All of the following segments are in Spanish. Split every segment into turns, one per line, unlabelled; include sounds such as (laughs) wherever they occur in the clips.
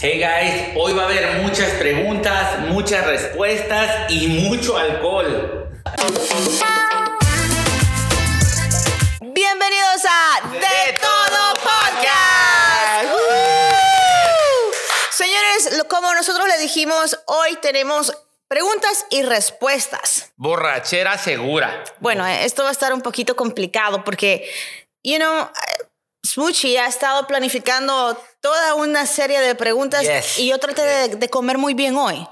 Hey guys, hoy va a haber muchas preguntas, muchas respuestas y mucho alcohol.
Bienvenidos a De, Todo Podcast. ¡Uh! Señores, lo- como nosotros les dijimos, hoy tenemos preguntas y respuestas.
Borrachera segura.
Bueno, eh, esto va a estar un poquito complicado porque, you know, eh, Smoochie ha estado planificando toda una serie de preguntas
Yes.
y yo traté de, de comer muy bien hoy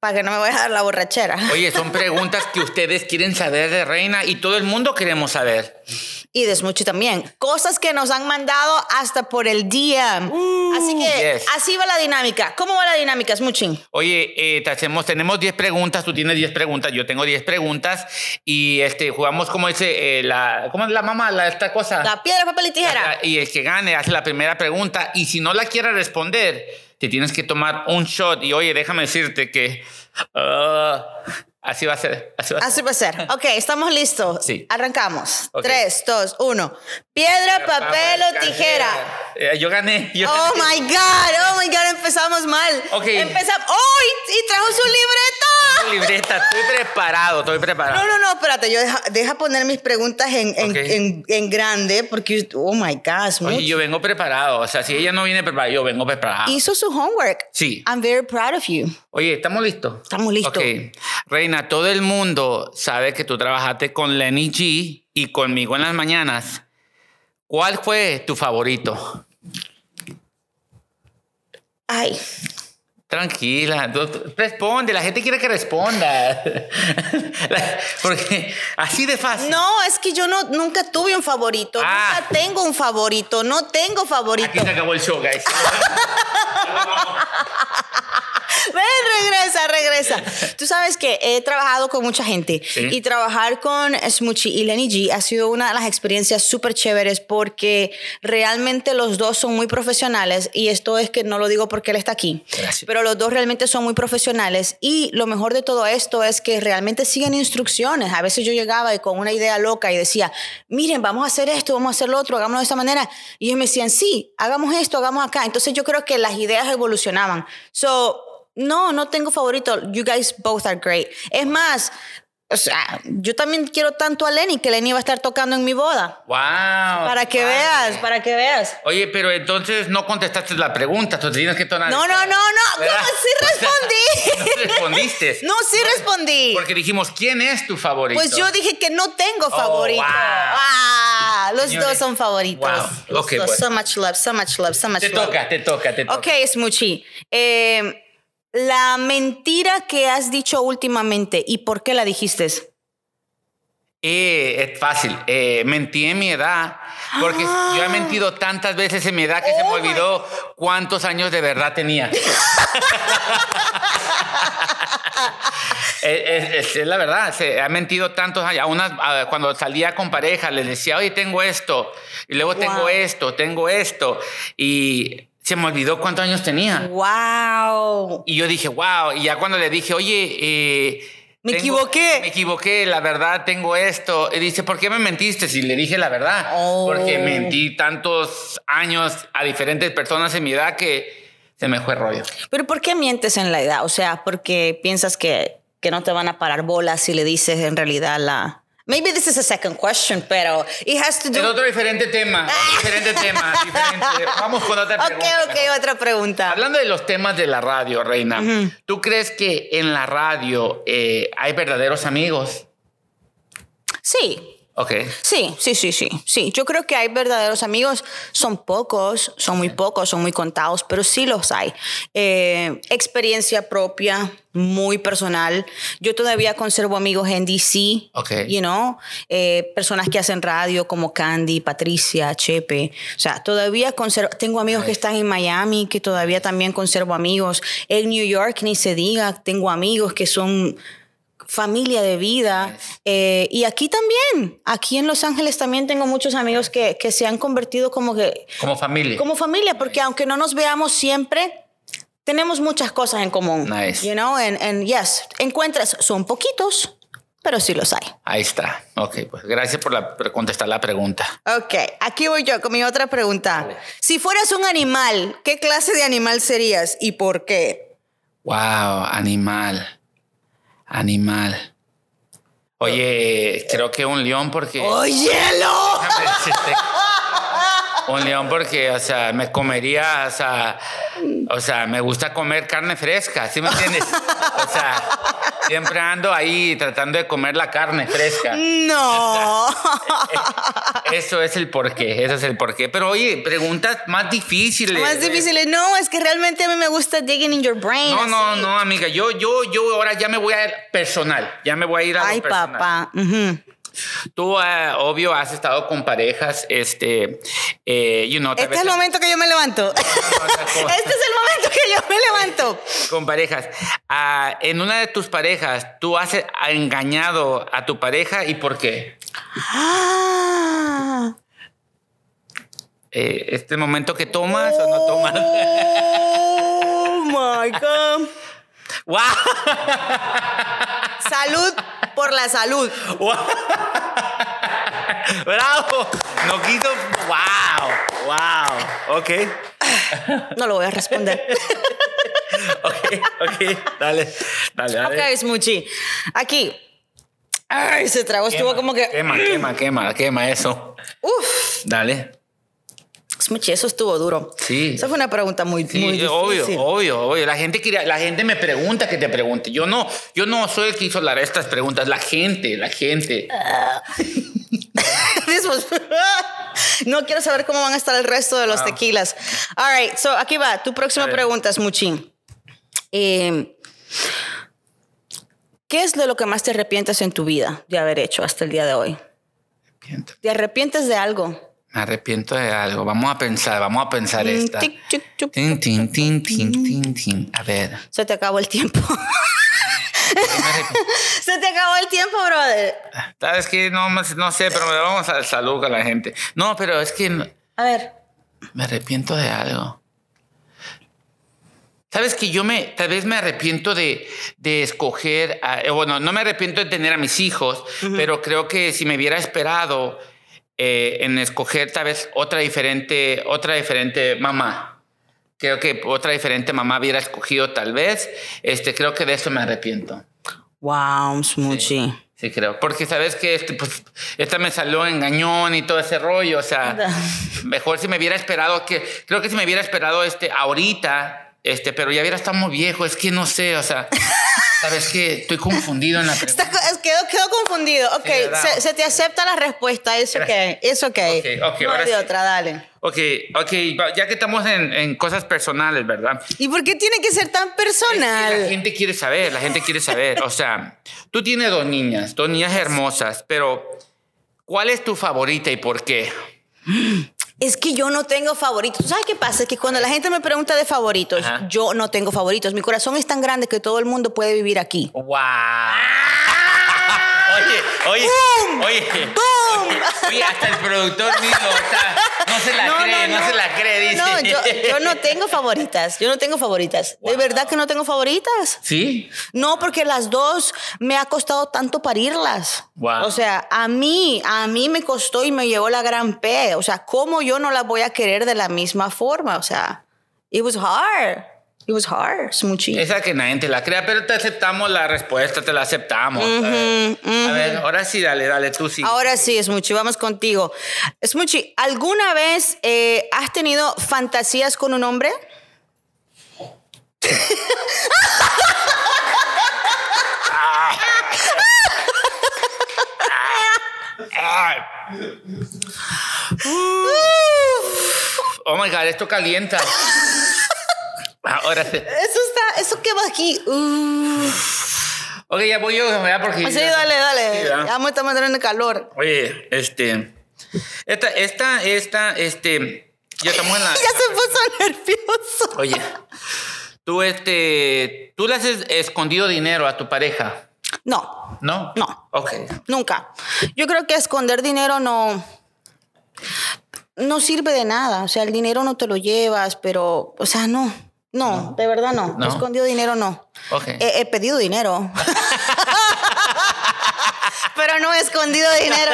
para que no me vaya a dar la borrachera.
Oye, son preguntas que ustedes quieren saber de Reina y todo el mundo queremos saber.
Y de Smoochie también. Cosas que nos han mandado hasta por el DM. así que
Uh, yes.
así va la dinámica. ¿Cómo va la dinámica, Smoochie?
Oye, eh, te hacemos, tenemos 10 preguntas, tú tienes 10 preguntas, yo tengo 10 preguntas y este, jugamos como ese, eh, la, ¿cómo es la mamá? La, esta cosa.
La piedra, papel y tijera.
Y el que gane hace la primera pregunta. Y si no la quiere responder, te tienes que tomar un shot. Y oye, déjame decirte que. ah, así va a ser. Así va a ser.
Así va a ser. Ok, estamos listos.
Sí.
Arrancamos.
Ok.
Tres, dos, uno. Piedra, papel o tijera.
Ah, Eh, yo gané. Yo
Oh
gané.
my God, oh my God, empezamos mal.
Ok.
Empezamos. ¡Oh! Y, y trajo su libreta.
Libreta, estoy preparado, estoy preparado.
No, no, no, espérate, yo deja, deja poner mis preguntas en, en,
Ok.
en- en grande porque, oh my gosh,
Oye,
mucho.
yo vengo preparado. O sea, si ella no viene preparada, yo vengo preparado.
hizo su homework.
Sí.
I'm very proud of you.
Oye, ¿estamos listos?
Estamos listos.
Ok. Reina, todo el mundo sabe que tú trabajaste con Lenny G y conmigo en las mañanas. ¿Cuál fue tu favorito?
Ay,
Tranquila, tú- tú- responde, la gente quiere que responda. (laughs) La- Porque así de fácil.
no, es que yo no, nunca tuve un favorito.
Ah.
Nunca tengo un favorito. No tengo favorito.
Aquí se acabó el show, guys.
(laughs) Ven, regresa, regresa. Tú sabes que he trabajado con mucha gente
Sí.
y trabajar con Smoochie y Lenny G ha sido una de las experiencias súper chéveres porque realmente los dos son muy profesionales y esto es que no lo digo porque él está aquí,
Gracias.
pero los dos realmente son muy profesionales y lo mejor de todo esto es que realmente siguen instrucciones. A veces yo llegaba y con una idea loca y decía, miren, vamos a hacer esto, vamos a hacer lo otro, hagámoslo de esta manera. Y ellos me decían, sí, hagamos esto, hagamos acá. Entonces yo creo que las ideas evolucionaban. So, no, no tengo favorito. You guys both are great. Es más, o sea, yo también quiero tanto a Lenny que Lenny va a estar tocando en mi boda.
Wow.
Para que veas, para que veas.
Oye, pero entonces no contestaste la pregunta, tú tienes que tonar.
No, no, no, no. ¿Cómo?
¿Verdad?
Sí
(laughs) No
respondí. (laughs)
respondiste.
No, sí respondí.
Porque dijimos, ¿quién es tu favorito?
Pues yo dije que no tengo
Oh,
favorito.
wow.
Ah, los
Señores,
dos son favoritos.
wow.
Los
Ok,
dos.
pues.
So much love, so much love, so much
Te
love.
toca, te toca, te toca.
Ok, Smoochie. eh, la mentira que has dicho últimamente y por qué la dijiste.
Eh, es fácil. Eh, mentí en mi edad. Porque
Ah.
yo he mentido tantas veces en mi edad que se me
Oh, my-
olvidó cuántos años de verdad
(laughs)
tenía. Es, es- es- es la verdad, se ha mentido tantos años. A unas, a- cuando salía con pareja, les decía, oye, tengo esto, y luego tengo
Wow.
esto, tengo esto, y se me olvidó cuántos años tenía.
Wow.
Y yo dije, wow, y ya cuando le dije, oye, eh,
Me equivoqué.
Me equivoqué, la verdad, tengo esto. Y dice, ¿por qué me mentiste? Si le dije la verdad.
Oh.
Porque mentí tantos años a diferentes personas en mi edad que se me fue rollo.
Pero ¿por qué mientes en la edad? O sea, porque piensas que, que no te van a parar bolas si le dices en realidad la... Maybe this is a second question, pero it has to do...
Es otro diferente
(laughs)
tema, diferente tema, diferente. Vamos con otra
Ok,
pregunta.
ok, otra pregunta.
Hablando de los temas de la radio, Reina, ¿tú crees que en la radio eh, hay verdaderos amigos?
Sí,
Ok.
Sí, sí, sí, sí, sí. Yo creo que hay verdaderos amigos, son pocos, son muy pocos, son muy contados, pero sí los hay. Eh, experiencia propia, muy personal. Yo todavía conservo amigos en DC,
Ok.
you know, eh, personas que hacen radio como Candy, Patricia, Chepe. O sea, todavía conservo, tengo amigos que están en Miami, que todavía también conservo amigos. En New York, ni se diga, tengo amigos que son familia de vida. Eh, y aquí también, aquí en Los Ángeles también tengo muchos amigos que, que se han convertido como que
Como familia.
como familia, porque aunque no nos veamos siempre, tenemos muchas cosas en común.
Nice.
You know, and, and yes, encuentras, son poquitos, pero sí los hay.
Ahí está. Ok, pues gracias por, la- por contestar la pregunta.
Ok, aquí voy yo con mi otra pregunta.
Dale.
Si fueras un animal, ¿qué clase de animal serías y por qué?
Wow, animal. Animal. Oye, creo que un león porque... (laughs)
Oh. ¡Óyelo!
Déjame decirte. Un león porque, o sea, me comería, o sea, o sea, me gusta comer carne fresca, ¿sí me entiendes? O sea, siempre ando ahí tratando de comer la carne fresca. (laughs)
No.
Eso es el porqué, eso es el porqué. Pero oye, preguntas más difíciles.
Más difíciles. No, es que realmente a mí me gusta digging in your brain.
No, no,
así.
no, amiga, yo, yo, yo ahora ya me voy a ir personal, ya me voy a ir a lo
Ay,
personal.
papá. Ujú.
Tú, ah, obvio, has estado con parejas, este, eh, you know, tal
Este
vez-
es el momento que yo me levanto. este
no,
es el
no.
momento que yo me levanto.
con parejas. Ah, en una de tus parejas, tú has eh, engañado a tu pareja y por qué?
Ah.
Eh, ¿Este momento que (laughs) tomas o no tomas? (laughs)
Oh my God.
¡Wow!
Salud por la salud.
¡Bravo! No quito. ¡Wow! ¡Wow! Ok.
No lo voy a responder.
Ok, ok. Dale. Dale, dale.
Ok, Smoochie. Aquí. Ay, ese trago estuvo
Quema,
como que.
Quema, quema, quema, quema eso.
Uf.
Dale.
Smoochie, eso estuvo duro.
Sí.
Esa fue una pregunta muy,
Sí,
muy difícil.
obvio,
(laughs)
obvio, obvio. La gente, quiere- la gente me pregunta que te pregunte. Yo no, yo no soy el que hizo la- estas preguntas. La gente, la gente.
Ah. This was- (laughs) no quiero saber cómo van a estar el resto de los
Wow.
tequilas. All right, so aquí va. Tu próxima
Ah. A ver.
pregunta, Smuchín. Eh, ¿Qué es de lo que más te arrepientes en tu vida de haber hecho hasta el día de hoy?
Arrepiento.
¿Te arrepientes de algo?
Me arrepiento de algo. Vamos a pensar, vamos a pensar
Mm,
esta.
tic, tic, tic.
Tin, tin, tin, tin, tin, tin. A ver.
Se te acabó
(laughs)
el tiempo.
¿qué me arrepiento?
Se te acabó el tiempo, brother.
¿Sabes que No, más- no sé, pero me lo vamos a saludar a la gente. No, pero es que no-
A ver.
me arrepiento de algo. ¿Sabes que yo me, tal vez me arrepiento de, de escoger, a- eh, bueno, no me arrepiento de tener a mis hijos, pero creo que si me hubiera esperado eh, en escoger tal vez otra diferente, otra diferente mamá, creo que otra diferente mamá hubiera escogido tal vez, este, creo que de eso me arrepiento.
Wow, Smoochie.
Sí, creo. Porque sabes que este, pues, esta me salió engañón y todo ese rollo. O sea,
Anda.
mejor si me hubiera esperado que. Creo que si me hubiera esperado este ahorita, este, pero ya hubiera estado muy viejo. Es que no sé, o
(laughs)
sea, sabes que estoy confundido en la pregunta.
Está co- es- quedó, quedó confundido. Ok,
Sí, ¿verdad?
se, se te acepta la respuesta. Es ok. Es ok.
Ok, ok,
no
ahora
hay de
sí.
otra, dale.
Ok, ok, va- ya que estamos en, en cosas personales, ¿verdad?
¿Y por qué tiene que ser tan
Es que La
personal?
gente quiere saber, la gente quiere saber. O sea, tú tienes dos niñas, dos niñas hermosas, pero ¿cuál es tu favorita y por qué?
Es que yo no tengo favoritos. ¿Sabes qué pasa? Es que cuando la gente me pregunta de favoritos,
Ajá.
yo no tengo favoritos. Mi corazón es tan grande que todo el mundo puede vivir aquí.
¡Wow! Oye, oye, oye.
¡Boom!
Oye, hasta el productor mismo, o sea, no se la cree, no, se la cree, dice.
No, yo, yo no tengo favoritas. Yo no tengo favoritas. ¿De verdad que no tengo favoritas?
¿Sí?
No, porque las dos me ha costado tanto parirlas.
Wow.
O sea, a mí, a mí me costó y me llevó la gran P. O sea, ¿cómo yo no las voy a querer de la misma forma? O sea, it was hard. It was hard, Smoochie.
Esa que nadie te la crea, pero te aceptamos la respuesta, te la aceptamos.
Mm, mm.
A ver, ahora sí, dale, dale, tú sí.
Ahora sí, Smoochie, vamos contigo. Smoochie, ¿alguna vez eh, has tenido fantasías con un hombre?
Ay. Oh my God, esto calienta.
(laughs)
Ahora sí.
Eso está, eso que va aquí. uh. Uf.
Ok, ya voy yo, ¿verdad? Porque...
Pues Sí, dale, dale.
Sí, ya.
Ya me está mandando el calor.
Oye, este. Esta, esta, esta, este. Ya estamos en la.
(laughs) Ya se puso nervioso.
Oye, tú, este. Tú le has es- escondido dinero a tu pareja,
No,
¿no?
No.
Ok.
nunca. Yo creo que esconder dinero no no sirve de nada, o sea, el dinero no te lo llevas, pero o sea, no. No, de verdad no.
No.
Eh, Escondido dinero (laughs) no.
Ok.
He, he pedido dinero. pero no he escondido dinero.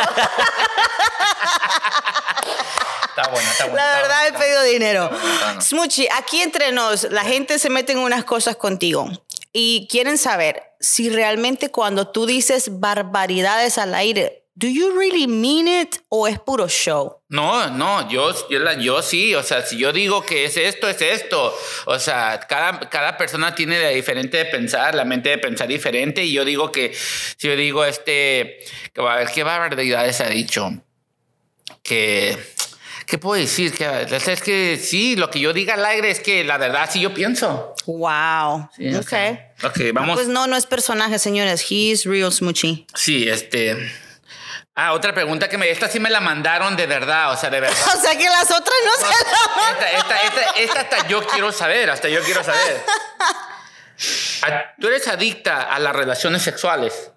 Está bueno, está bueno.
La
está
verdad, he
bueno, está
pedido dinero.
bueno.
Smoochie, aquí entre nos, la gente se mete en unas cosas contigo y quieren saber si realmente cuando tú dices barbaridades al aire, ¿do you really mean it o es puro show?
No, no, yo, yo, la- yo sí, o sea, si yo digo que es esto, es esto. O sea, cada, cada persona tiene la diferente de pensar, la mente de pensar diferente. Y yo digo que, si yo digo este, que va a ver, ¿qué barbaridades ha dicho? Que, ¿qué puedo decir? Que, es que sí, lo que yo diga al aire es que la verdad sí yo pienso.
Wow.
Sí, o
ok.
sea, ok,
No,
vamos.
pues no, no es personaje, señores. He's real Smoochie.
Sí, este. Ah, otra pregunta que me. Esta sí me la mandaron de verdad, o sea, de verdad.
(laughs) O sea que las otras no se la-
Esta, esta, esta, esta hasta yo quiero saber, hasta yo quiero saber. Ah, ¿Tú eres adicta a las relaciones sexuales?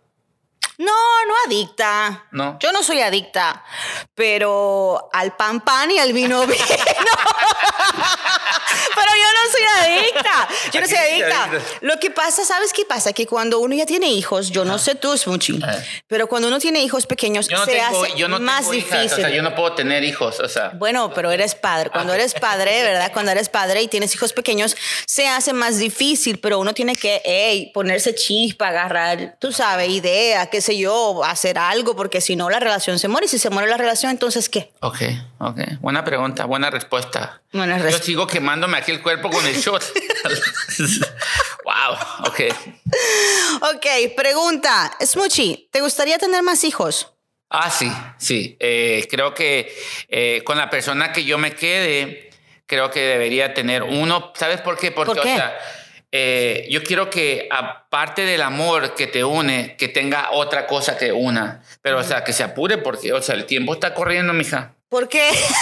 No, no adicta.
No.
Yo no soy adicta, pero al pan pan y al vino (laughs) vino. pero yo no soy adicta. Yo no
Aquí
soy
sí
adicta.
adicta.
Lo que pasa, ¿sabes qué pasa? Que cuando uno ya tiene hijos, yo no sé tú, Smoochie,
Ajá.
pero cuando uno tiene hijos pequeños,
Eh. Yo no
se
tengo,
hace
yo no
más
tengo
difícil.
hijas, o sea, yo no puedo tener hijos, o sea.
Bueno, pero eres padre. Cuando eres padre, ¿verdad? Cuando eres padre y tienes hijos pequeños, se hace más difícil, pero uno tiene que ey, ponerse chispa, agarrar, tú sabes, idea, qué sé yo, hacer algo, porque si no, la relación se muere. Y si se muere la relación, entonces, ¿qué?
Ok, ok. Buena pregunta, buena respuesta.
Buena
yo
respuesta.
sigo quemándome aquí el cuerpo con el (laughs) shot. wow, ok.
Ok, pregunta. Smoochie, ¿te gustaría tener más hijos?
Ah, sí, sí. Eh, creo que eh, con la persona que yo me quede, creo que debería tener uno. ¿Sabes por qué? Porque,
¿Por qué?
o sea, eh, yo quiero que aparte del amor que te une, que tenga otra cosa que una. Pero, o sea, que se apure porque, o sea, el tiempo está corriendo, mija.
¿Por qué?
El tiempo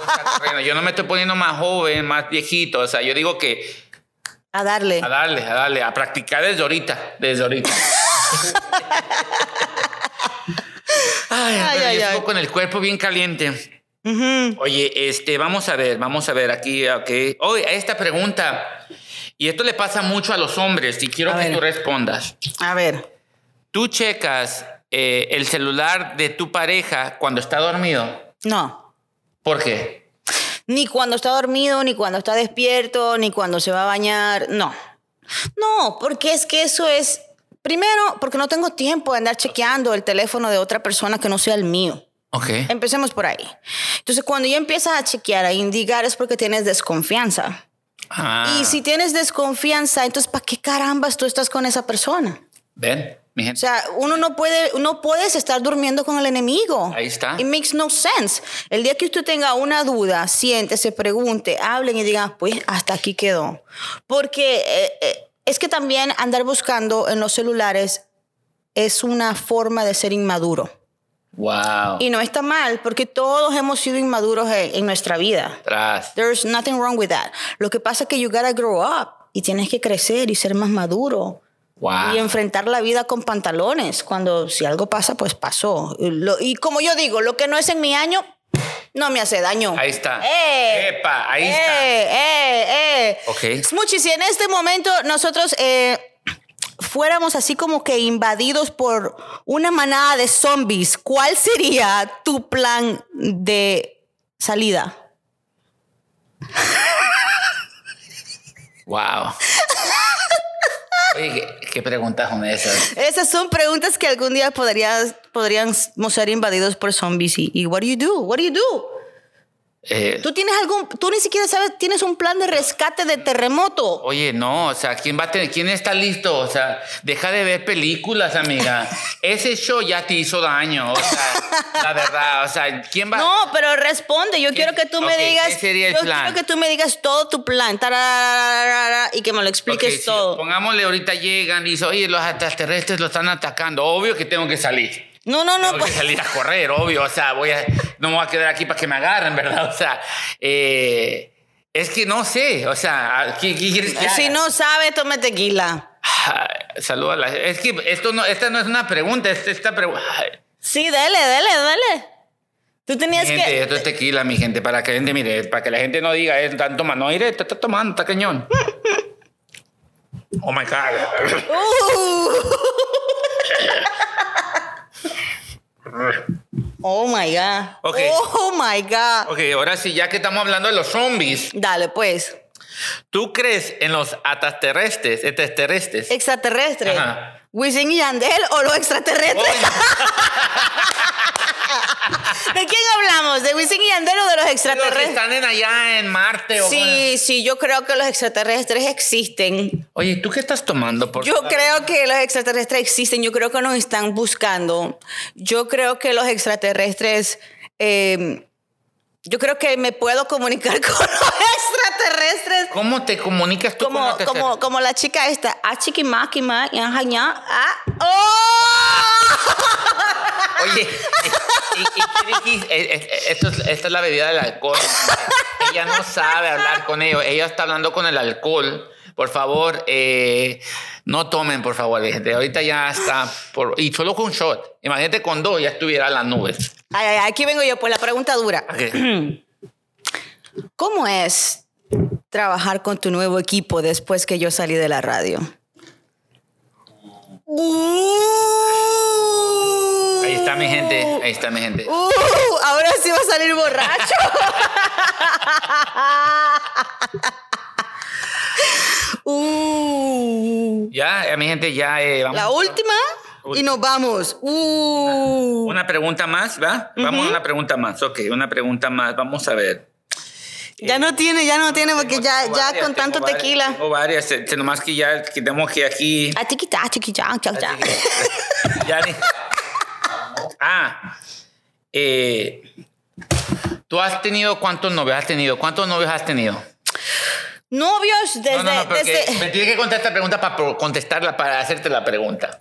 está corriendo. Yo no me estoy poniendo más joven, más viejito. O sea, yo digo que
A darle.
a darle, a darle, a practicar desde ahorita, desde
(laughs)
ahorita. ay,
Ay,
pero
ay,
yo
ay.
sigo con el cuerpo bien caliente.
Ujú.
Oye, este, vamos a ver, vamos a ver aquí, ok. Oye, esta pregunta, y esto le pasa mucho a los hombres, y quiero
A
que
ver.
tú respondas.
A ver.
¿Tú checas eh, el celular de tu pareja cuando está dormido?
No.
¿Por qué?
Ni cuando está dormido, ni cuando está despierto, ni cuando se va a bañar. No. No, porque es que eso es. Primero, porque no tengo tiempo de andar chequeando el teléfono de otra persona que no sea el mío.
Ok.
Empecemos por ahí. Entonces, cuando ya empiezas a chequear, a indicar, es porque tienes desconfianza.
Ah,
Y si tienes desconfianza, entonces, ¿para qué carambas tú estás con esa persona?
¿Ven? Mi
O
gente.
sea, uno no puede, no puedes estar durmiendo con el enemigo.
Ahí está.
It makes no sense. El día que usted tenga una duda, siente, se pregunte, hablen y digan, pues hasta aquí quedó. Porque eh, eh, es que también andar buscando en los celulares es una forma de ser inmaduro.
Wow.
Y no está mal, porque todos hemos sido inmaduros en, en nuestra vida.
Atrás.
There's nothing wrong with that. Lo que pasa es que you gotta grow up y tienes que crecer y ser más maduro
Wow.
y enfrentar la vida con pantalones. Cuando si algo pasa, pues pasó. Y, lo- y como yo digo, lo que no es en mi año no me hace daño.
Ahí está.
¡Eh!
Epa, ahí
¡Eh!
está.
¡Eh! ¡Eh!
Ok.
Smuchi, si en este momento nosotros eh, fuéramos así como que invadidos por una manada de zombies, ¿cuál sería tu plan de salida?
Wow. Oye, qué, qué preguntas son esas.
Esas son preguntas que algún día podrías, podríamos ser invadidos por zombies. ¿Y, y what do you do? What do you do?
Eh,
Tú tienes algún, tú ni siquiera sabes, tienes un plan de rescate de terremoto.
oye, no, o sea, ¿quién va a tener, quién está listo? O sea, deja de ver películas, amiga. Ese show ya te hizo daño, o sea, la verdad, o sea, ¿quién va?
No, pero responde. Yo quiero que tú me
ok, ¿qué
digas.
sería el
yo
plan?
quiero que tú me digas todo tu plan. tararararara, y que me lo
Ok,
expliques
sí,
todo.
pongámosle ahorita llegan y dice, oye, los extraterrestres lo están atacando. Obvio que tengo que salir.
No, no, no.
Tengo que
pues-
salir a correr, obvio. O sea, voy a, no me voy a quedar aquí para que me agarren, ¿verdad? O sea, eh, es que no sé. O sea, ¿qué, qué quieres que haga?
eh, si no sabe, tome tequila.
Ay, Saluda a la- Es que esto no, esta no es una pregunta, es- esta pregunta.
Sí, dale, dale, dale. Tú tenías
gente,
que.
esto es tequila, mi gente, para que la gente, mire, para que la gente no diga, es tanto mano, mire, te está tomando, está cañón. (laughs) Oh my God.
Uh. Oh my God.
Ok.
Oh my
(coughs)
God.
Ok, ahora sí, ya que estamos hablando de los zombies,
Dale, pues.
¿tú crees en los ataterrestres, extraterrestres?
Extraterrestre.
Ajá.
Wisin y Yandel o los extraterrestres. ¿De quién hablamos? ¿De Wisin y Yandel o de los
Oh. Los que
extraterrestres?
están en allá en Marte o
Sí, sí, yo creo que los extraterrestres existen.
Oye, ¿tú qué estás tomando? Por
Yo creo que los extraterrestres existen, yo creo que nos están buscando. Yo creo que los extraterrestres... eh, yo creo que me puedo comunicar (laughs) con los extraterrestres.
¿Cómo te comunicas tú con
Como,
los
como, como la chica esta. Ah, chiquimaquima, yanja, ña, ah, ¡Oh!
extraterrestres? Oye, ¿y, y- y qué dijiste? Eh, eh, Esto es, esta es la bebida del alcohol. Ella no sabe hablar con ellos. Ella está hablando con el alcohol. Por favor, eh, no tomen, por favor, gente. Ahorita ya está. Por, y solo con un shot. Imagínate con dos ya estuviera en las nubes.
Ay, ay, aquí vengo yo, pues la pregunta dura.
Ok.
¿Cómo es trabajar con tu nuevo equipo después que yo salí de la radio?
Ahí está mi gente. Ahí está mi gente.
Uh, ahora sí va a salir borracho.
(laughs)
Uh,
Ya, eh, mi gente, ya eh, vamos.
la última y nos vamos. Uh.
Una pregunta más, ¿va? Vamos a una pregunta más. Ok, una pregunta más. Vamos a ver.
Ya no tiene, ya no tiene, porque
eh, Tengo-
ya,
tengo
ya
varias,
con tanto
tengo varias,
tequila.
Tengo varias, eh, te- nomás que ya quitemos que
(laughs)
aquí.
A chiquita, a chiquita, a
Ah,
chiquita.
ya ni- Ah, eh, ¿tú has tenido cuántos novios has tenido? ¿Cuántos novios has tenido?
Novios desde.
no, no, no, pero que-
(laughs) desde- Eh,
me tienes que contestar esta pregunta para pro- contestarla, para hacerte la pregunta.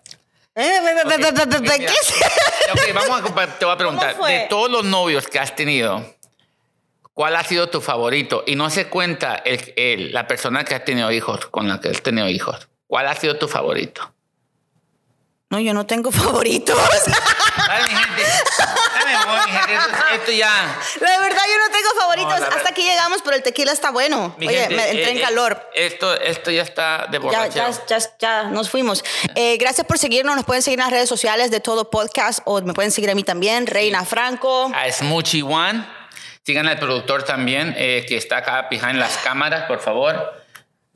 Eh, ve, ve, ve, ve, ve, ve,
Mira,
ve, ¿Qué (laughs) es?
(laughs) ok, vamos a, compa- te voy a preguntar.
fue?
De todos los novios que has tenido, ¿cuál ha sido tu favorito? Y no se cuenta el- el- la persona que has tenido hijos, con la que has tenido hijos. ¿Cuál ha sido tu favorito?
No, yo no tengo favoritos. (laughs)
Dale, mi gente. Dame, voy, mi gente. Esto, esto ya.
La verdad, yo no tengo favoritos.
No, la
Hasta
verdad.
aquí llegamos, pero el tequila está bueno.
Mi
Oye,
gente,
me entré
eh,
en
eh,
calor.
Esto, esto ya está de
Ya,
borrachero.
ya, ya, ya nos fuimos. Eh, gracias por seguirnos. Nos pueden seguir en las redes sociales de todo podcast o me pueden seguir a mí también, Reina Franco.
a Smoochie One. Sigan al productor también, eh, que está acá en las cámaras, por favor.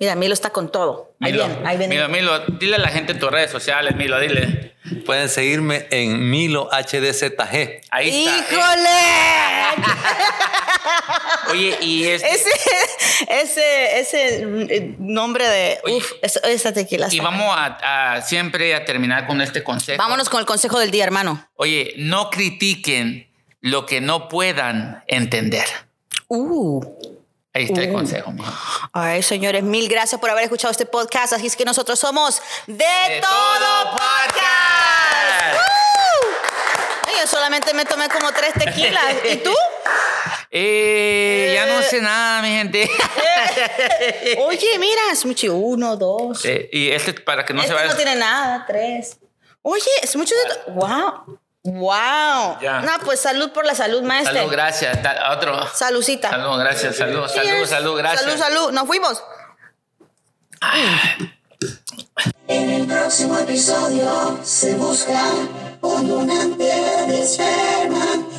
Mira, Milo está con todo. Ahí
Milo,
viene, ahí viene.
Milo, Milo, dile a la gente en tus redes sociales, Milo, dile.
Pueden seguirme en Milo HDZG.
Ahí está. eh,
¡Híjole! (laughs)
Oye, y este-
Ese, ese, ese mm, nombre de.
Oye.
Uf, eso- esa tequila.
y
está-
vamos a, a siempre a terminar con este consejo.
Vámonos con el consejo del día, hermano.
Oye, no critiquen lo que no puedan entender.
Uh.
Ahí está el consejo, mijo.
Ay, señores, mil gracias por haber escuchado este podcast. Así es que nosotros somos De,
De
Todo
Todo
Podcast.
Podcast.
¡Woo! Ay, Yo solamente me tomé como
(laughs)
tres tequilas. ¿Y tú?
Eh, ya no sé nada, mi
(laughs)
gente.
Oye, mira, Smuchi, uno, dos.
Eh, y este para que no se
este
vaya.
no tiene nada, tres. Oye, Smuchi, de... wow. Wow.
Ya.
No, pues salud por la salud, maestro.
Salud, gracias. Da- a otro.
Salucita.
Salud, gracias. Salud, salud,
Cheers.
salud, gracias.
Salud, salud. Nos fuimos.
En el próximo episodio se busca un donante de esperma